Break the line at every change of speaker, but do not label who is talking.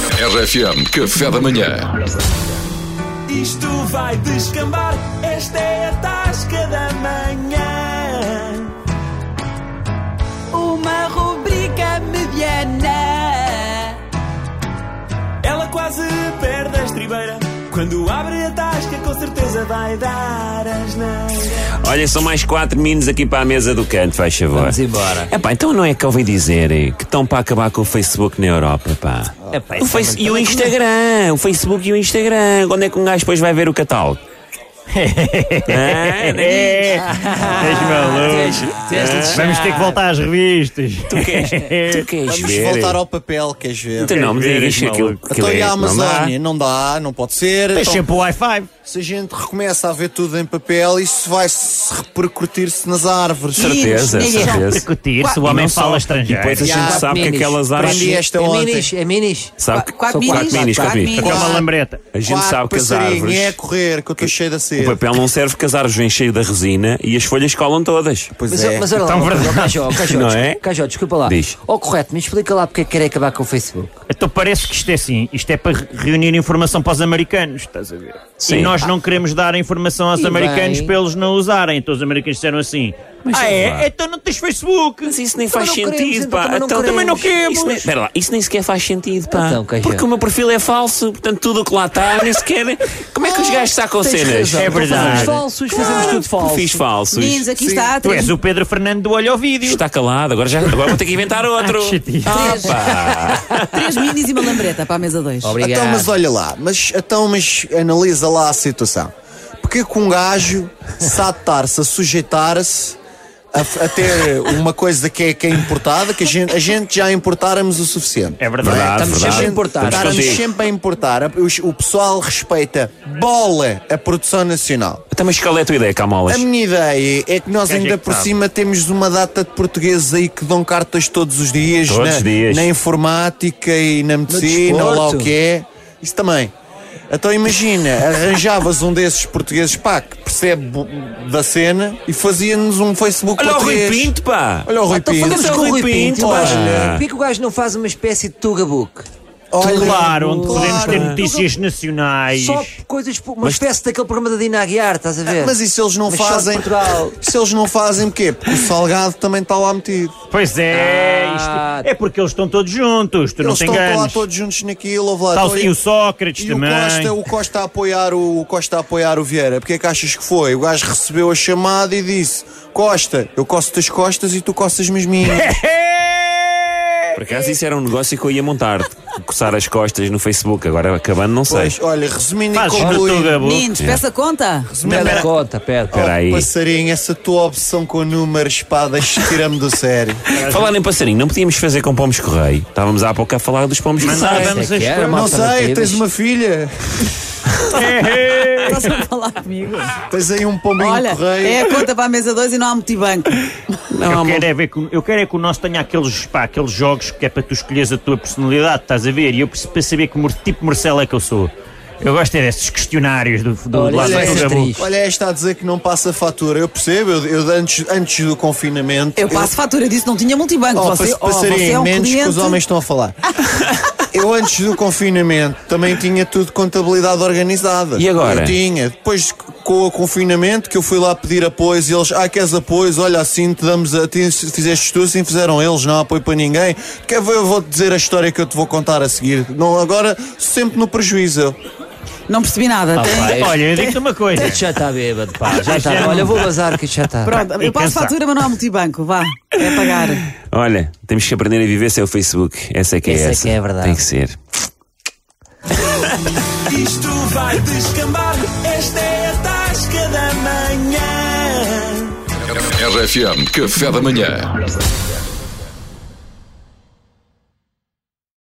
RFM, café da manhã.
Isto vai descambar, esta é a tasca da manhã.
Uma rubrica mediana.
Ela quase perde a estribeira. Quando abre a tasca, com certeza vai dar asneira.
Olha, são mais quatro minos aqui para a mesa do canto, faz favor.
Vamos embora.
Epá, então não é que ouvi dizer eh, que estão para acabar com o Facebook na Europa, pá.
Epá,
O
é
isso
face-
também-
E o Instagram, o Facebook e o Instagram. Onde é que um gajo depois vai ver o catálogo? Hã? Não é isso?
És maluco. Vamos ter que voltar às revistas.
Tu queres, tu queres
Vamos
ver?
voltar ao papel, queres ver?
Então não me
Queres ver,
digas
és
que aquilo,
maluco.
aquilo
Então e
é-
a
não dá.
Amazónia? Não dá, não pode ser.
Tens
Então,
sempre o Wi-Fi.
se a gente recomeça a ver tudo em papel, isso vai se repercutir-se nas árvores.
Certeza,
Meninos,
certeza.
Discutir se
E
o homem
não só-
fala
E depois a
estrangeiro.
gente
Já,
sabe que
meninos.
aquelas
Aprendi
árvores.
esta
É
ontem.
minis, é minis.
Sabe que-
Qu- quatro
são quatro
minis.
minis que eu vi.
Com
É uma
Quatro.
lambreta.
A gente
Quatro
sabe que as
passarinho,
árvores.
é a correr, que eu estou cheio da
O
sede.
papel não serve porque as árvores vêm cheio da resina e as folhas colam todas.
Pois
Mas,
é.
mas olha lá,
Tão
uma coisa,
verdade.
Cajó, Cajó,
Não
desculpa-
é?
Cajó, desculpa lá.
Diz.
Oh, correto, me explica lá porque é que querem acabar com o Facebook.
Então parece que isto é assim. Isto é para re- reunir informação para os americanos, estás a ver?
Sim.
E nós não queremos dar a informação aos
E
americanos
bem.
para eles não usarem. Então os americanos disseram assim. ah,
vá.
é? Então não tens Facebook.
Mas isso nem
Também
faz
não
sentido,
queremos, então
pá.
também não
Também não queremos.
Isso nem, espera lá, isso nem sequer faz sentido, pá.
Então, queixa.
Porque o meu perfil é falso, portanto tudo o que lá está, nem sequer. Como é que os gajos sacam
Ah, Tens
cenas? É
razão,
É verdade.
então fazemos falsos, fazemos tudo falso.
Perfis falsos.
Meninos, aqui está.
Tu
três-
és o Pedro Fernando do Olho ao Vídeo.
Está calado, agora, já, agora vou ter que inventar é outro.
Ah, que chatice.
Ah, pá.
Três minis e uma lambreta para a mesa 2.
Obrigado.
Então, mas olha lá, mas, então, mas analisa lá a situação. Porquê que um gajo se há de estar-se a sujeitar-se a, f- a ter uma coisa que é, que é importada, que a gente, a gente já importáramos o suficiente?
É verdade.
Verdade,
Estamos
verdade.
sempre a importar.
Estamos
Estarmos
contigo.
sempre a importar. Os- O pessoal respeita bola a produção nacional.
Então, mas qual é a tua ideia, Camolas?
A minha ideia é que nós
Quem é
ainda
que
por
sabe?
cima temos uma data de portugueses aí que dão cartas todos os dias,
Todos
na,
os dias.
na informática e na medicina, ou lá o
desporto.
que é. Isso também. Então imagina, arranjavas um desses portugueses, pá, que percebe bo- da cena e fazia-nos um Facebook
Olha o Rui
português.
Pinto, pá!
Olha o Rui
Então
Pinto.
fazemos com o Rui Pinto. o gajo-
Olha.
Por que o gajo não faz uma espécie de Tugabook?
Olha,
Claro, onde podemos ter
claro.
notícias nacionais.
Só coisas, uma espécie daquele programa da Dina Aguiar, estás a ver?
Ah, Mas isso eles não
Mas só de
fazem.
Portugal.
Se eles não fazem, porquê? Porque o Salgado também está lá metido.
Pois é,
Ah.
isto é porque eles estão todos juntos, tu não
Eles
te
estão lá
enganes.
todos juntos naquilo, houve lá.
Tal-
então,
e o Sócrates
E o
também.
Costa, é o Costa a apoiar o, o Costa a apoiar o Vieira. Porque é que achas que foi? O gajo recebeu a chamada e disse: Costa, eu coço-te as costas e tu coças-me as
É.
minhas.
Por acaso isso era um negócio que eu ia montar, de coçar as costas no Facebook, agora acabando não sei.
pois, olha, resumindo e
Fazes no
concluindo.
Tugabu.
Meninos, peça conta.
Pera, conta, pera.
Espera aí.
Passarinho, essa tua opção com números, pá, deixa- tira-me do sério.
Falar em passarinho, não podíamos fazer com pomos correio. Estávamos há pouco a falar dos pomos correio.
Mandávamos
Isso é
as
que era,
coisas.
Não
Malta,
sei, tens
não tens?
uma filha?
É,
Estás a falar comigo?
Tens aí um pombinho
Olha,
de correio?
é a conta para a mesa 2 e não há multibanco.
Não,
Eu
amor.
quero, é ver que, eu quero é que o nosso tenha aqueles, pá, aqueles jogos que é para tu escolheres a tua personalidade, estás a ver? E eu preciso para saber que mor- tipo Marcelo é que eu sou. Eu gosto é desses questionários do, do
Olha,
lado
olha
da
essas
é
Tugabu.
três.
Olha, esta a dizer que não passa fatura. Eu percebo, eu, eu antes, antes do confinamento.
Eu passo fatura disso, não tinha multibanco.
Oh,
você,
pass-
oh, você é
passarinho,
um
menos
cliente.
que os homens estão a falar. Eu antes do confinamento também tinha tudo contabilidade organizada.
E agora?
Eu tinha. Depois c- com o confinamento que eu fui lá pedir apoios e eles, ah, queres apoios? Olha, assim te damos a ti, se fizeste tu, assim fizeram eles, não há apoio para ninguém. Quer ver, eu vou-te dizer a história que eu te vou contar a seguir. Não, agora sempre no prejuízo. eu.
Não percebi
Ah,
nada. Tem-
vai.
Olha, eu digo-te uma coisa.
Isto já está bêbado, pá. Já está.
Já-
Olha, eu vou bazar que isto já está.
Pronto, eu
E
passo
cansado.
fatura, mas não há multibanco. Vá, é pagar.
Olha, temos que aprender a viver sem o Facebook. Essa é que é
Essa é
essa.
que é a verdade.
Tem que ser.
Isto vai descambar, esta é a tasca da manhã.
RFM, café da manhã.